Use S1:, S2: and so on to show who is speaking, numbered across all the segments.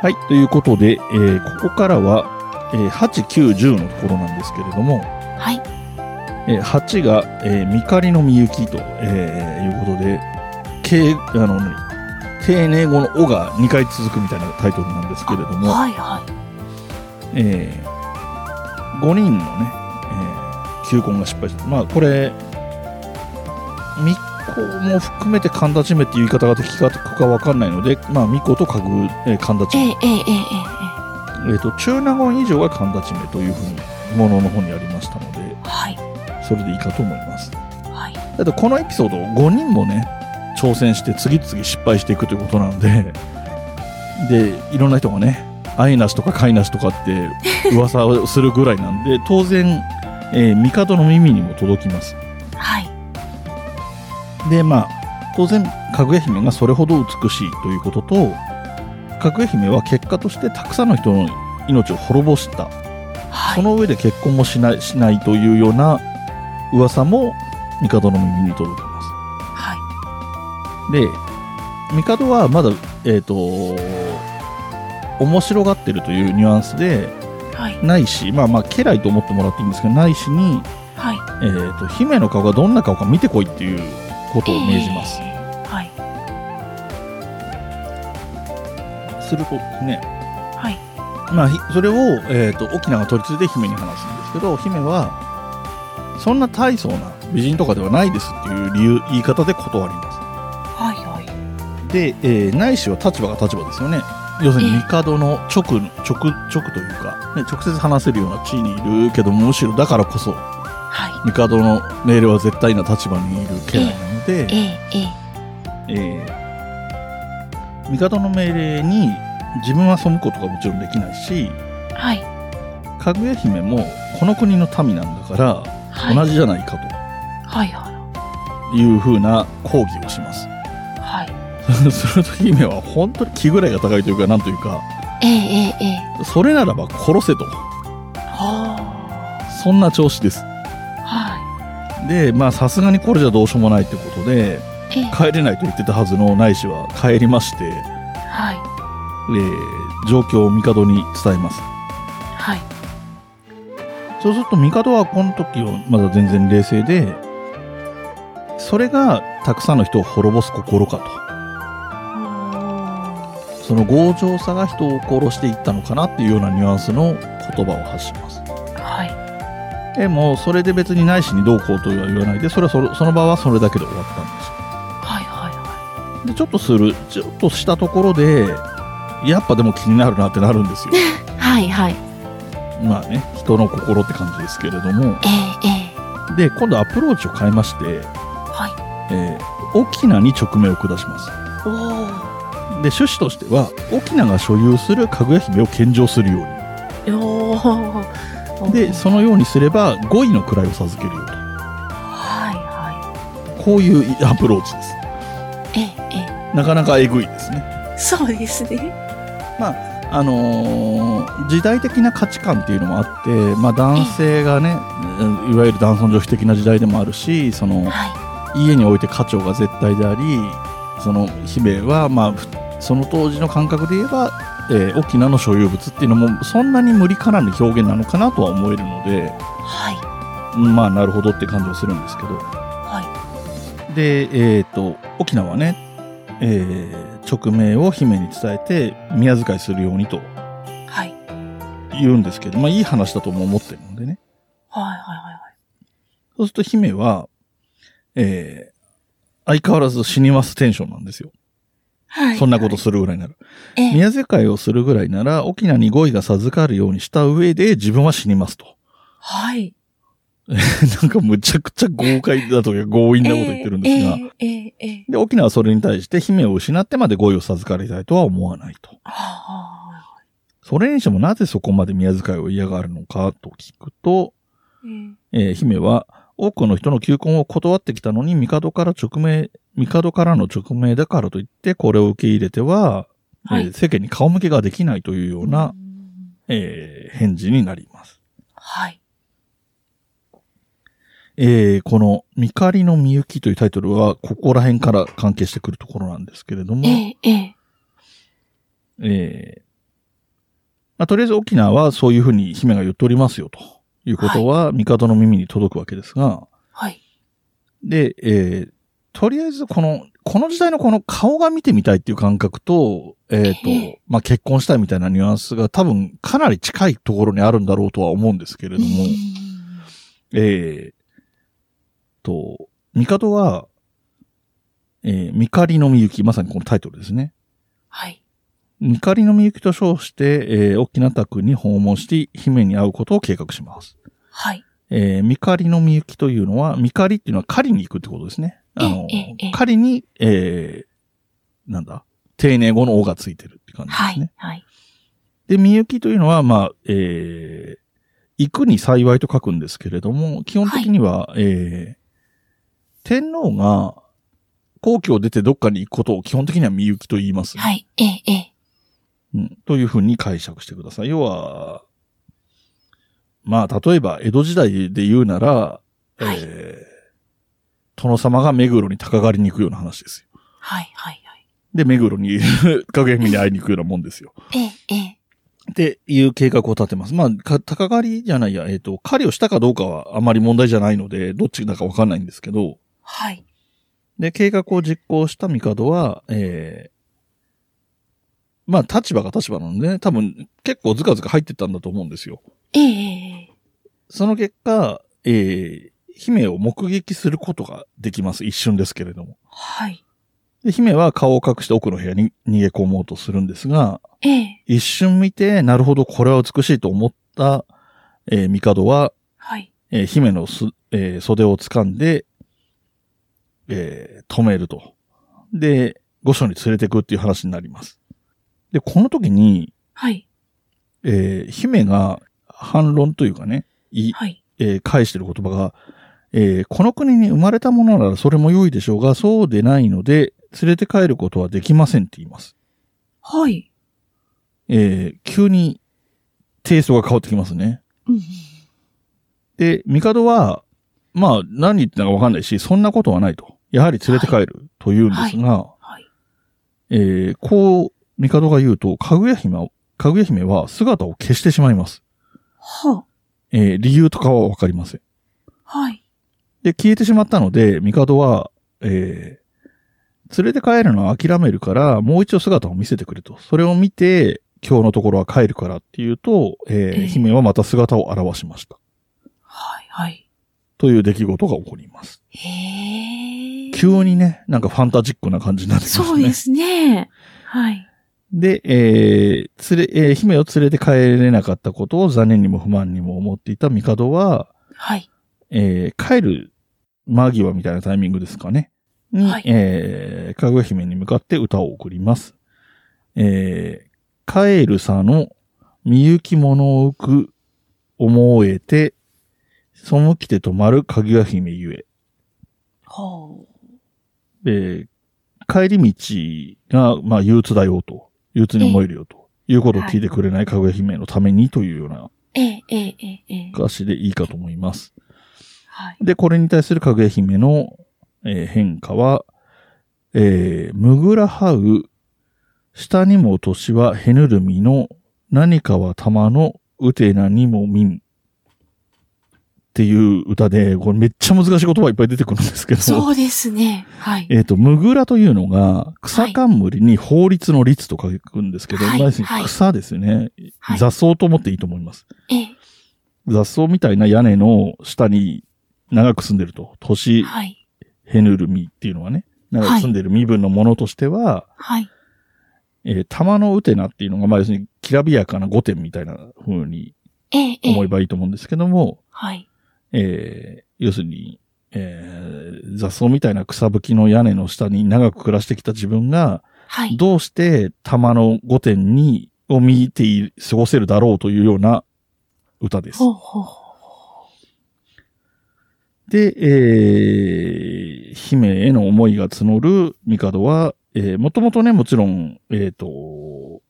S1: はい。ということで、えーここからは、えー8、9、10のところなんですけれども、
S2: はい。
S1: えー8が、えー、みかりのみゆきと、えーいうことで、けあの、何丁寧語のおが2回続くみたいなタイトルなんですけれども、
S2: はいはい。
S1: え5人のね、えー求婚が失敗した。まあ、これ、みっこも含めて神田ちめっていう言い方が的確かわかんないので、まあ、みことかぐ、えー神田ち
S2: ええ
S1: め
S2: えええええ
S1: えー、と中納言以上が神田地名というふうにものの方にありましたので
S2: えはい。
S1: それでいいかと思います
S2: はい。
S1: あとこのエピソード5人もね挑戦して次々失敗していくということなのででいろんな人がね愛なしとか飼いなしとかって噂をするぐらいなんで当然、えー帝の耳にも届きます
S2: はい。
S1: でまあ当然かぐや姫がそれほど美しいということとかぐや姫は結果としてたくさんの人の命を滅ぼした
S2: は
S1: そ
S2: い。
S1: の上で結婚もしないしないというような噂も帝の耳に届きま
S2: はい。
S1: す。で、帝はまだ、えっ、と、面白がってるというニュアンスで、
S2: はい。
S1: ないし、まあまあ、家来と思ってもらっていいんですけど、ないしに、
S2: はい。
S1: えっ、と、姫の顔がどんな顔か見てこいっていうことを命じます。
S2: はい。
S1: するとね、
S2: はい。
S1: まあひ、それを、えっ、と、沖縄が取り次いで姫に話すんですけど、姫は、そんな大層な美人とかではないですっていう理由、言い方で断ります。
S2: はい。はい。
S1: で、えー、内しは立場が立場ですよね要するに
S2: ええ
S1: 帝の直直直というか、ね、直接話せるような地位にいるけどもむしろだからこそ
S2: はい。
S1: 帝の命令は絶対な立場にいる家来なので
S2: え、えええ
S1: えー帝の命令に自分は背くことがもちろんできないし
S2: はい。
S1: かぐや姫もこの国の民なんだから
S2: はい。
S1: 同じじゃないか
S2: はい。は
S1: というふうな抗議をします
S2: い。はい。
S1: すると姫は本当に気ぐらいが高いというかなんというか
S2: ええええええ
S1: それならば殺せと
S2: は
S1: そんな調子です。
S2: あ。は
S1: で、まあさすがにこれじゃどうしようもないってことで、
S2: い。ええ
S1: 帰れないと言ってたはずの内氏は帰りまして、え
S2: はい。
S1: ー状況を帝に伝えます。
S2: はい。
S1: そうすると帝はこの時はまだ全然冷静で、それがたくさんの人を滅ぼす心かと。その強情さが人を殺していったのかなっていうようなニュアンスの言葉を発します。
S2: はい。
S1: でも、それで別に内氏にどうこうとは言わないで、それはそれその場はそれだけで終わったんです。
S2: はい。は
S1: でちょっとするちょっとしたところでやっぱでも気になるなってなるんですよ
S2: い。はい。はい。
S1: まあね人の心って感じですけれども
S2: えええ
S1: で
S2: え
S1: 今度アプローチを変えまして、
S2: はい。
S1: えー、沖縄に直命を下します
S2: おお
S1: で趣旨としては沖縄が所有するかぐや姫を献上するよう
S2: よ
S1: に
S2: ー
S1: でそのようにすれば5位の位を授けるよ
S2: はいは
S1: とこういうアプローチです
S2: いええ
S1: なかなかえぐいですね
S2: ええそうですね
S1: あのー時代的な価値観っていうのもあって、まあ、男性がねうんいわゆる男尊女卑的な時代でもあるしその
S2: は
S1: 家において家長が絶対でありその姫は、まあふ、その当時の感覚で言えば、えー沖縄の所有物っていうのもそんなに無理からぬ表現なのかなとは思えるので
S2: いはい
S1: うんまあなるほどって感じはするんですけど
S2: は
S1: で、えー、と沖縄はね、えー勅命を姫に伝えて宮遣いするようにと
S2: いはい
S1: 言うんですけど、まあいい話だとも思ってるのでね。
S2: はいは
S1: そうすると姫は、えー、相変わらず死にますテンションなんですよ。
S2: いはいはい
S1: そんなことするぐらいなら。
S2: ええ
S1: 宮世界をするぐらいなら、沖縄に語彙が授かるようにした上で自分は死にますと。
S2: はい
S1: なんかむちゃくちゃ豪快だとか強引なこと言ってるんですが。
S2: ええええええ
S1: で、沖縄はそれに対して姫を失ってまで語彙を授かりたいとは思わないと。
S2: はあ
S1: それにしてもなぜそこまで宮遣いを嫌がるのかと聞くと、
S2: ええ
S1: えー姫は多くの人の求婚を断ってきたのに、帝から直命、帝からの直命だからといって、これを受け入れては、
S2: はい
S1: えー世間に顔向けができないというような、
S2: うん
S1: えー返事になります。
S2: はい
S1: えーこの、みかりのみゆきというタイトルは、ここら辺から関係してくるところなんですけれども、
S2: ええええ
S1: えーまあ、とりあえず沖縄はそういうふうに姫が言っておりますよということは、帝の耳に届くわけですが、
S2: はい。
S1: で、えーとりあえずこの、この時代のこの顔が見てみたいっていう感覚と、えっ、
S2: え
S1: と、まあ、結婚したいみたいなニュアンスが多分かなり近いところにあるんだろうとは思うんですけれども、えー、と、帝は、えー、みかりのみゆき、まさにこのタイトルですね。
S2: はい。
S1: みかりのみゆきと称して、えー、沖縄宅に訪問し、姫に会うことを計画します。
S2: はい。
S1: えー、みかりのみゆきというのは、みかりっていうのは狩りに行くってことですね。あの
S2: ええええ、
S1: 狩りに、えー、なんだ、丁寧語の王がついてるって感じ
S2: は
S1: です
S2: い
S1: ね。。
S2: はい。
S1: で、みゆきというのは、まあ、えー、行くに幸いと書くんですけれども、基本的には、えー、天皇が皇居を出てどっかに行くことを基本的にはみゆきと言います。
S2: はい。ええ、ええ。
S1: うん、というふうに解釈してください。要は、まあ、例えば、江戸時代で言うなら、
S2: はい
S1: えー、殿様が目黒に鷹狩りに行くような話ですよ。
S2: はい。はい。はい。
S1: で、目黒にい る影姫に会いに行くようなもんですよ。
S2: ええ、ええ。
S1: っていう計画を立てます。まあ、か鷹狩りじゃないや、えっ、と、狩りをしたかどうかはあまり問題じゃないので、どっちだかわかんないんですけど、
S2: はい。
S1: で、計画を実行した帝は、ええまあ、立場が立場なので、ね、多分、結構ずかずか入ってったんだと思うんですよ。
S2: ええ、
S1: その結果、ええ姫を目撃することができます。一瞬ですけれども。
S2: はい。
S1: で、姫は顔を隠して奥の部屋に逃げ込もうとするんですが、
S2: ええ、
S1: 一瞬見て、なるほど、これは美しいと思った、えー、帝は、
S2: はい。
S1: えー姫のす、えー袖を掴んで、えー止めると。で、御所に連れてくっていう話になります。で、この時に、
S2: はい。
S1: えー姫が反論というかね、い
S2: はい。
S1: えー返してる言葉が、えーこの国に生まれたものならそれも良いでしょうが、そうでないので、連れて帰ることはできませんって言います。
S2: はい。
S1: えー急に、テイストが変わってきますね。
S2: うん。
S1: で、帝は、まあ、何言ってたかわかんないし、そんなことはないと。やはり連れて帰ると言うんですが、
S2: はい。
S1: えーこう、帝が言うと、かぐや姫は、かぐや姫は姿を消してしまいます。
S2: は
S1: えー理由とかはわかりません。
S2: あ。はい。
S1: で、消えてしまったので、帝は、えー連れて帰るのは諦めるから、もう一度姿を見せてくれと。それを見て、今日のところは帰るからっていうと、えー
S2: ええ
S1: 姫はまた姿を現しました。
S2: はい。はい。
S1: という出来事が起こります。
S2: へえ。
S1: 急にね、なんかファンタジックな感じになってきますね。
S2: そうですね。はい。
S1: で、えー、連れ、えー姫を連れて帰れなかったことを残念にも不満にも思っていた帝は、
S2: はい。
S1: えー帰る間際みたいなタイミングですかね。に、
S2: はい
S1: えーかぐや姫に向かって歌を送ります。えー、帰るさの、みゆきものを浮く、思えて、背きて止まるかぐや姫ゆえ。
S2: は
S1: えー帰り道が、まあ、憂鬱だよと、憂鬱に思えるよと、いうことを聞いてくれないかぐや姫のためにというような
S2: あ。ええ、ええ、ええ、ええ。
S1: 歌詞でいいかと思います。
S2: はい。
S1: で、これに対するかぐや姫の、えー変化は、えー、むぐらはう、下にも年はへぬるみの、何かは玉の、うてなにもみん。っていう歌で、これめっちゃ難しい言葉いっぱい出てくるんですけど。
S2: そうですね。はい。
S1: えっ、と、ムグラというのが、草冠に法律の律と書くんですけど、
S2: はい
S1: 要するに
S2: はい
S1: 草ですよね、
S2: はい。
S1: 雑草と思っていいと思います。
S2: ええ、
S1: 雑草みたいな屋根の下に長く住んでると。年
S2: はい。
S1: ヘヌルミっていうのはね、長く住んでる身分のものとしては、
S2: はい。
S1: えー玉のウテナっていうのが、まあ、要するに、きらびやかな御殿みたいな風に
S2: ええ、え
S1: 思え
S2: え。
S1: ばいいと思うんですけども、
S2: はい。
S1: えー要するに、えー雑草みたいな草吹きの屋根の下に長く暮らしてきた自分が、
S2: はい。
S1: どうして玉の御殿に、を見てい過ごせるだろうというような歌です
S2: ほ。うほうほう。
S1: で、えー、姫への思いが募る帝は、えー、もともとね、もちろん、えっ、と、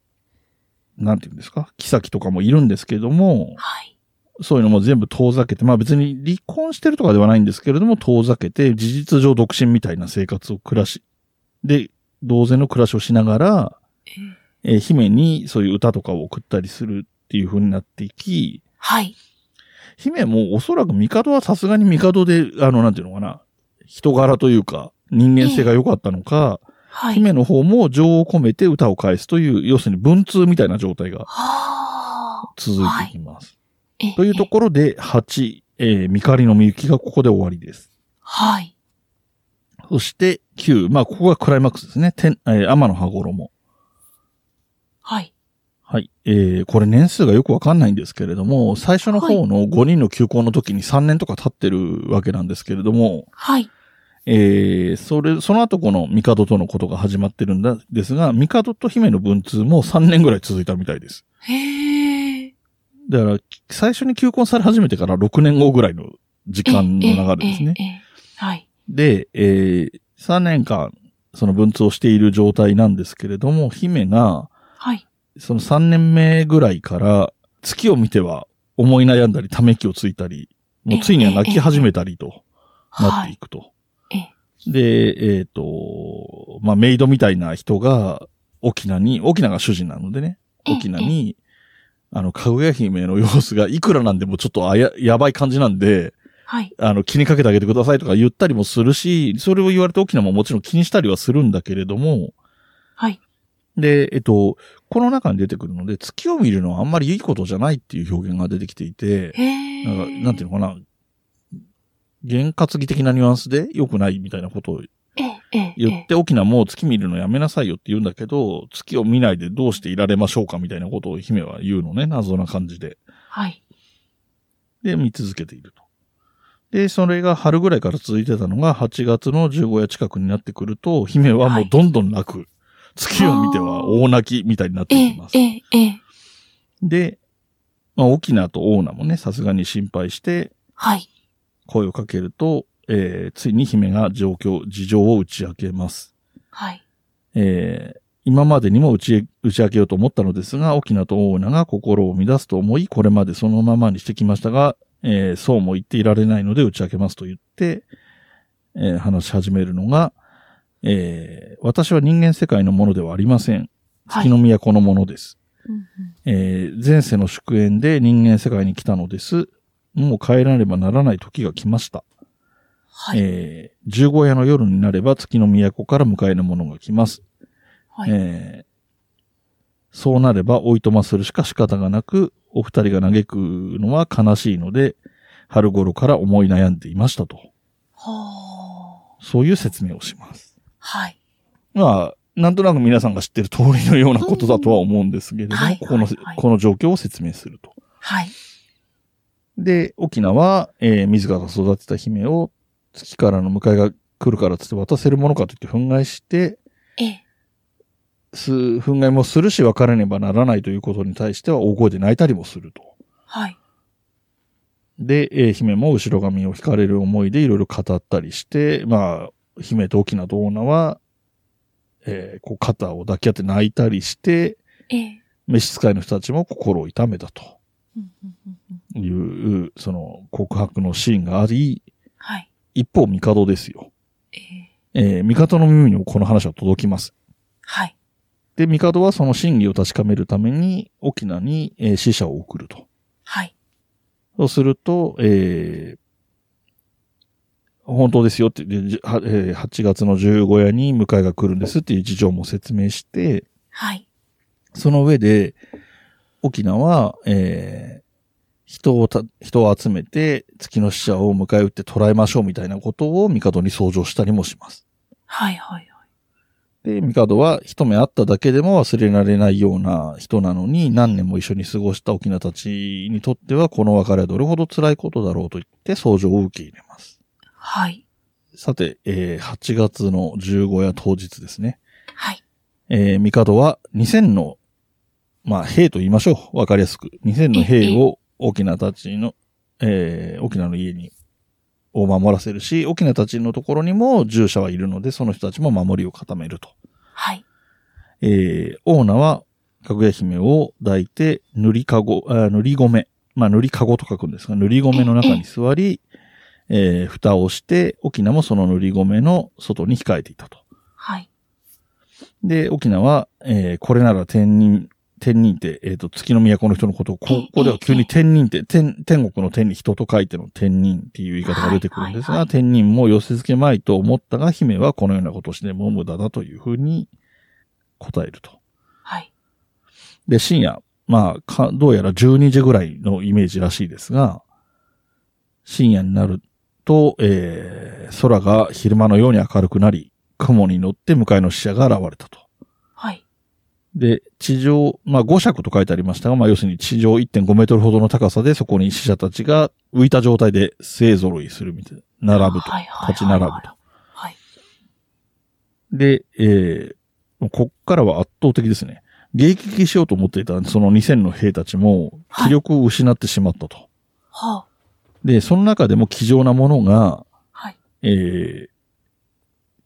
S1: なんて言うんですか、妃とかもいるんですけれども、
S2: はい。
S1: そういうのも全部遠ざけて、まあ別に離婚してるとかではないんですけれども、遠ざけて、事実上独身みたいな生活を暮らし、で、同然の暮らしをしながら、
S2: ええ
S1: えー姫にそういう歌とかを送ったりするっていう風になっていき、
S2: はい。
S1: 姫もおそらく帝はさすがに帝で、あの、なんていうのかな、人柄というか、人間性が良かったのか、
S2: はい。は
S1: 姫の方も情を込めて歌を返すという、要するに文通みたいな状態が
S2: あ。
S1: 続いていきます。
S2: ええ
S1: というところで、8、えー、ミカリのみゆきがここで終わりです。
S2: はい。
S1: そして、9、まあ、ここがクライマックスですね。天、えー、天の羽衣。
S2: はい。
S1: はい。えー、これ年数がよくわかんないんですけれども、最初の方の5人の休校の時に3年とか経ってるわけなんですけれども、
S2: はい。
S1: えー、それ、その後この帝とのことが始まってるんだですが、帝と姫の文通も3年ぐらい続いたみたいです。
S2: へえ。
S1: だから、最初に休校され始めてから6年後ぐらいの時間の流れですね。
S2: ええ。ええええはい。
S1: で、えー、3年間、その文通をしている状態なんですけれども、姫が、
S2: はい。
S1: その3年目ぐらいから、月を見ては思い悩んだり、ため息をついたり、もうついには泣き始めたりとなっ
S2: は
S1: てい
S2: い。
S1: くと。
S2: ええ
S1: で、えっ、と、まあ、メイドみたいな人が、沖縄に、沖縄が主人なのでね、
S2: ええ
S1: 沖縄に、あの、かぐや姫の様子がいくらなんでもちょっとあや、やばい感じなんで、
S2: はい。
S1: あの、気にかけてあげてくださいとか言ったりもするし、それを言われて沖縄ももちろん気にしたりはするんだけれども、
S2: はい。
S1: で、えっと、この中に出てくるので、月を見るのはあんまりいいことじゃないっていう表現が出てきていて、
S2: へえ。
S1: なんか、なんていうのかな、原活技的なニュアンスで良くないみたいなことを
S2: ええ、ええ。
S1: 言って、沖縄もう月見るのやめなさいよって言うんだけど、月を見ないでどうしていられましょうかみたいなことを姫は言うのね、謎な感じで。
S2: はい。
S1: で、見続けていると。で、それが春ぐらいから続いてたのが、8月の15夜近くになってくると、姫はもうどんどん泣く。月を見ては大泣きみたいになって
S2: え
S1: い
S2: え
S1: きま、す
S2: え。え、ええ。
S1: で、まあ、沖縄とオーナもね、さすがに心配して
S2: はい。
S1: 声をかけると、えー、ついに姫が状況、事情を打ち明けます。
S2: はい。
S1: えー今までにも打ち、打ち明けようと思ったのですが、沖縄とオーナが心を乱すと思い、これまでそのままにしてきましたが、えーそうも言っていられないので打ち明けますと言って、えー話し始めるのが、えー私は人間世界のものではありません。
S2: は
S1: 月
S2: い。
S1: の都のものです。
S2: うんうん
S1: えー前世の祝宴で人間世界に来たのです。もう帰らねばならない時が来ました。
S2: はい。
S1: えー、十五夜の夜になれば月の都から迎えの者が来ます。
S2: はい。
S1: えーそうなればおいとまするしか仕方がなく、お二人が嘆くのは悲しいので、春頃から思い悩んでいましたと。
S2: ほう。
S1: そういう説明をします。
S2: はい。
S1: まあ、なんとなく皆さんが知ってる通りのようなことだとは思うんですけれども、
S2: うんはい
S1: ここの、
S2: はいはい
S1: この状況を説明すると。
S2: はい。
S1: で、沖縄は、えー自ら育てた姫を月からの迎えが来るからつって渡せるものかと言って憤慨して、
S2: ええ。
S1: す、憤慨もするし別れねばならないということに対しては大声で泣いたりもすると。
S2: はい。
S1: で、えー姫も後ろ髪を引かれる思いでいろいろ語ったりして、まあ、姫と沖縄とオーナは、えーこう肩を抱き合って泣いたりして、
S2: ええ。
S1: 召使いの人たちも心を痛めたと
S2: うんうんうんうん
S1: いう、その告白のシーンがあり、
S2: はい。
S1: 一方、帝ですよ。
S2: ええ。
S1: えー、帝の耳にもこの話は届きます。
S2: はい。
S1: で、帝はその真偽を確かめるために、沖縄に、えー死者を送ると。
S2: はい。
S1: そうすると、えー本当ですよって、でじはえー8月の15夜に迎えが来るんですっていう事情も説明して、
S2: はい。
S1: その上で、沖縄は、えー人をた、人を集めて月の死者を迎え撃って捕らえましょうみたいなことを帝に相乗したりもします。
S2: はい。はい。
S1: で、ミカドは一目会っただけでも忘れられないような人なのに、何年も一緒に過ごした沖縄たちにとっては、この別れはどれほど辛いことだろうと言って、相乗を受け入れます。
S2: はい。
S1: さて、えー8月の15夜当日ですね。
S2: はい。
S1: えー、ミカドは2000の、まあ、兵と言いましょう。わかりやすく。2000の兵を沖縄たちの、えー沖縄の家に、を守らせるし、沖縄たちのところにも従者はいるので、その人たちも守りを固めると。
S2: はい。
S1: えー、オーナは、かぐや姫を抱いて、塗りかご、あ塗り米。まあ、塗りかごと書くんですが、塗り米の中に座り、えー、蓋をして、沖縄もその塗り米の外に控えていたと。
S2: はい。
S1: で、沖縄は、えー、これなら天人、天人って、えっ、と、月の都の人のことを、こここでは急に天人って、天、天国の天に人と書いての天人っていう言い方が出てくるんですが、
S2: はいはいはい
S1: 天人も寄せ付けまいと思ったが、姫はこのようなことをしても無駄だというふうに答えると。
S2: はい。
S1: で、深夜、まあ、かどうやら12時ぐらいのイメージらしいですが、深夜になると、えー、空が昼間のように明るくなり、雲に乗って向かいの死者が現れたと。
S2: はい。
S1: で、地上、まあ5尺と書いてありましたが、まあ要するに地上1.5メートルほどの高さでそこに死者たちが浮いた状態で勢揃いするみたいな、並ぶと。
S2: はいはいはいはい
S1: 立ち並ぶと。
S2: はい。
S1: で、えー、こっからは圧倒的ですね。迎撃しようと思っていたその2000の兵たちも
S2: はい
S1: 気力を失ってしまったと。
S2: は
S1: で、その中でも気丈なものが、
S2: あ。はい。
S1: え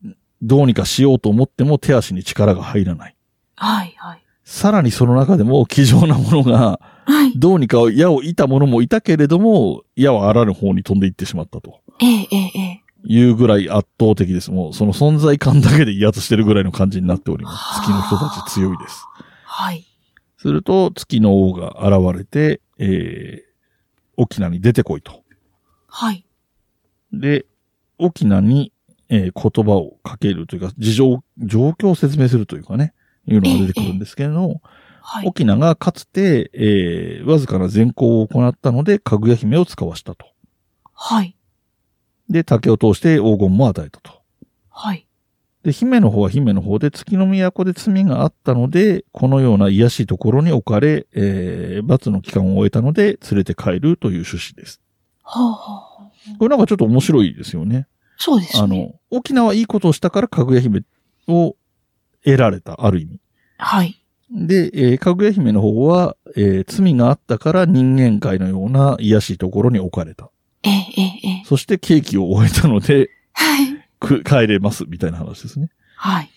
S1: ー、どうにかしようと思っても手足に力が入らない。
S2: はい。はい。
S1: さらにその中でも気丈なものが、
S2: はい。
S1: どうにか矢を射た者もいたけれども、矢はあらぬ方に飛んでいってしまったと
S2: えええええ
S1: いうぐらい圧倒的です。もうその存在感だけで威圧してるぐらいの感じになっております。月の人たち強いです。
S2: え。はい。
S1: すると月の王が現れて、えー、沖縄に出てこいと。
S2: はい。
S1: で、沖縄に、えー言葉をかけるというか、事情、状況を説明するというかね、いうのが出てくるんですけれども、
S2: はい。
S1: 沖縄がかつて、えーわずかな善行を行ったので、かぐや姫を使わしたと。
S2: はい。
S1: で、竹を通して黄金も与えたと。
S2: はい。
S1: で、姫の方は姫の方で、月の都で罪があったので、このような癒やしいところに置かれ、えー、罰の期間を終えたので、連れて帰るという趣旨です。
S2: はあ、はあ。
S1: これなんかちょっと面白いですよね。
S2: そうですね。
S1: あの、沖縄いいことをしたから、かぐや姫を得られた、ある意味。
S2: はい。
S1: で、えーかぐや姫の方は、えー罪があったから人間界のような癒やしいところに置かれた。
S2: ええええええ。
S1: そして刑期を終えたので、
S2: はい。
S1: く帰れます、みたいな話ですね。
S2: はい。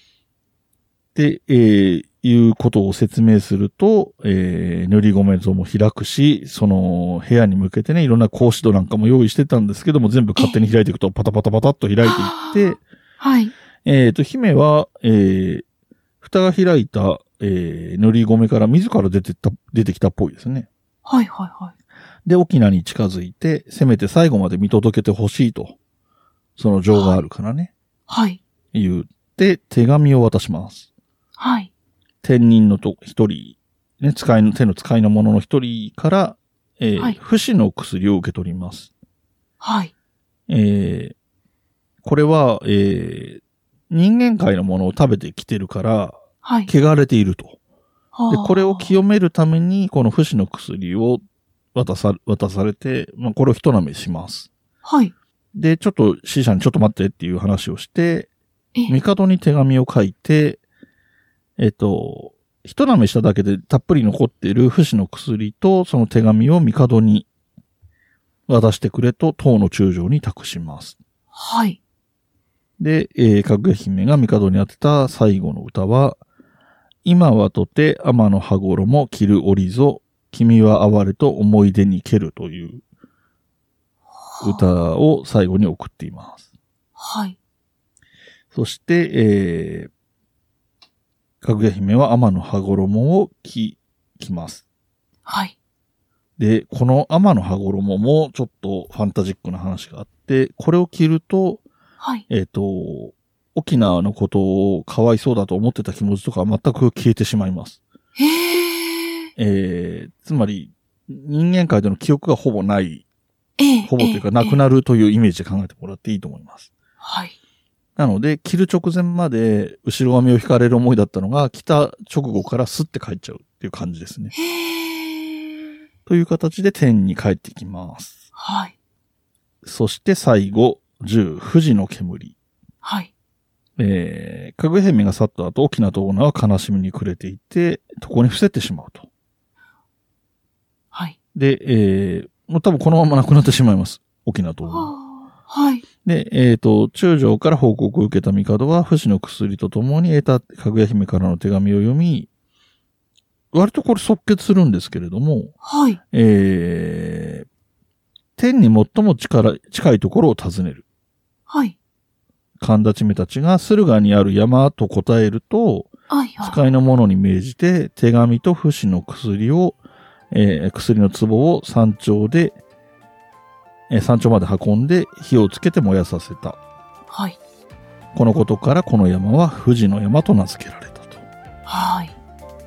S1: で、えーいうことを説明すると、えー塗り米像も開くし、その、部屋に向けてね、いろんな格子戸なんかも用意してたんですけども、全部勝手に開いていくと、パタパタパタっと開いていって、
S2: はい。
S1: えっ、と、姫は、えー蓋が開いた、えー塗り米から自ら出てった、出てきたっぽいですね。
S2: はい。はい。はい。
S1: で、沖縄に近づいて、せめて最後まで見届けてほしいと、その情があるからね、
S2: はい。
S1: 言って、手紙を渡します。
S2: はい。
S1: 天人のと一人、ね、使いの、手の使いの者の一人から、えー
S2: はい
S1: 不死の薬を受け取ります。
S2: はい。
S1: えーこれは、えー人間界のものを食べてきてるから、
S2: はい。
S1: 汚れていると。で
S2: はあ、
S1: これを清めるために、この不死の薬を渡さ、渡されて、まあ、これを一舐めします。
S2: はい。
S1: で、ちょっと死者にちょっと待ってっていう話をして、
S2: ええ。
S1: 帝に手紙を書いて、えっと、一舐めしただけでたっぷり残っている不死の薬とその手紙を帝に渡してくれと塔の中将に託します。
S2: はい。
S1: で、えー、かぐや姫が帝に当てた最後の歌は、今はとて天の羽衣着る織ぞ、君は哀れと思い出にけるという歌を最後に送っています。
S2: はい。
S1: そして、えー、かぐや姫は天の羽衣を着、着ます。
S2: はい。
S1: で、この天の羽衣もちょっとファンタジックな話があって、これを着ると、
S2: はい。
S1: えっ、と、沖縄のことをかわいそうだと思ってた気持ちとかは全く消えてしまいます。
S2: へえ。
S1: えー、つまり、人間界での記憶がほぼない、
S2: ええ。
S1: ほぼというかなく
S2: る。
S1: なるというイメージで考えてもらっていいと思います。
S2: はい。
S1: なので、着る直前まで後ろ髪を引かれる思いだったのが、着た直後からスッて帰っちゃうっていう感じですね。
S2: へえ。
S1: という形で天に帰ってきます。
S2: はい。
S1: そして最後、十、富士の煙。
S2: はい。
S1: えー、かぐや姫が去った後、沖縄とオーナーは悲しみに暮れていて、床に伏せてしまうと。
S2: はい。
S1: で、えー、もう多分このまま亡くなってしまいます。沖縄とオーナー。
S2: はあ。はい。
S1: で、えっ、と、中将から報告を受けた帝は、不死の薬と共に得たかぐや姫からの手紙を読み、割とこれ即決するんですけれども、
S2: はい。
S1: えー、天に最も力、近いところを尋ねる。
S2: はい。
S1: 神田ちめたちが駿河にある山と答えると、
S2: あはいはい。
S1: 使いの者に命じて、手紙と不死の薬を、えー薬の壺を山頂で、えー山頂まで運んで火をつけて燃やさせた。
S2: はい。
S1: このことからこの山は富士の山と名付けられたと
S2: はい。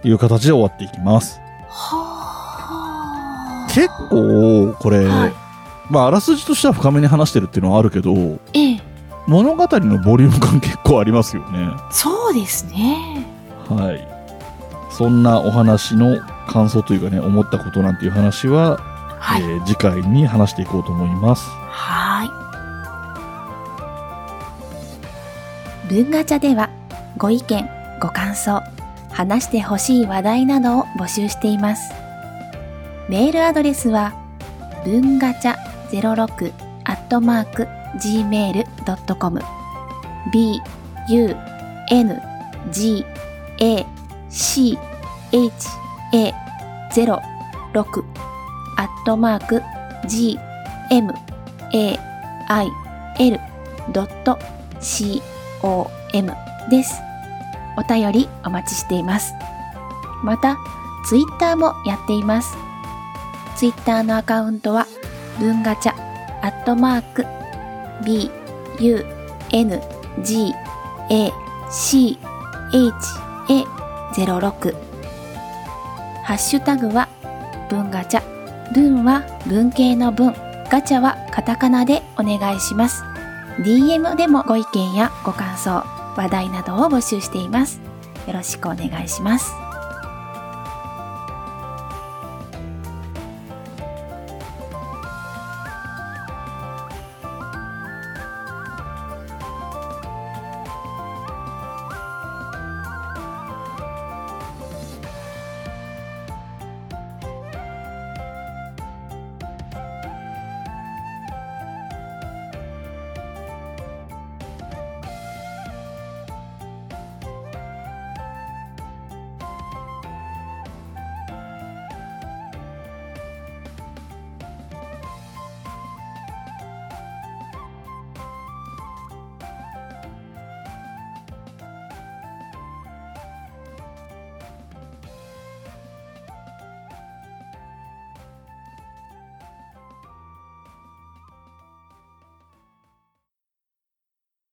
S1: いう形で終わっていきます。
S2: はあ。
S1: 結構、これ、
S2: はい
S1: まあ、あらすじとしては深めに話してるっていうのはあるけど、
S2: ええ、
S1: 物語のボリューム感結構ありますよね。
S2: そうですね。
S1: はい。そんなお話の感想というかね、思ったことなんていう話は、
S2: はい。
S1: えー次回に話していこうと思います。
S2: は
S3: 文ガチャではご意見、ご感想、話してほしい話題などを募集しています。メールアドレスは文ガチャ06アットマーク gmail.com b u n g a c h a 06アットマーク g m a i l ドット c OM です。お便りお待ちしています。また、ツイッターもやっています。ツイッターのアカウントは、文ガチャ、アットマーク、B、U、N、G、A、C、H、A、06。ハッシュタグは、文ガチャ。文は文系の文。ガチャはカタカナでお願いします。DM でもご意見やご感想、話題などを募集しています。よろしくお願いします。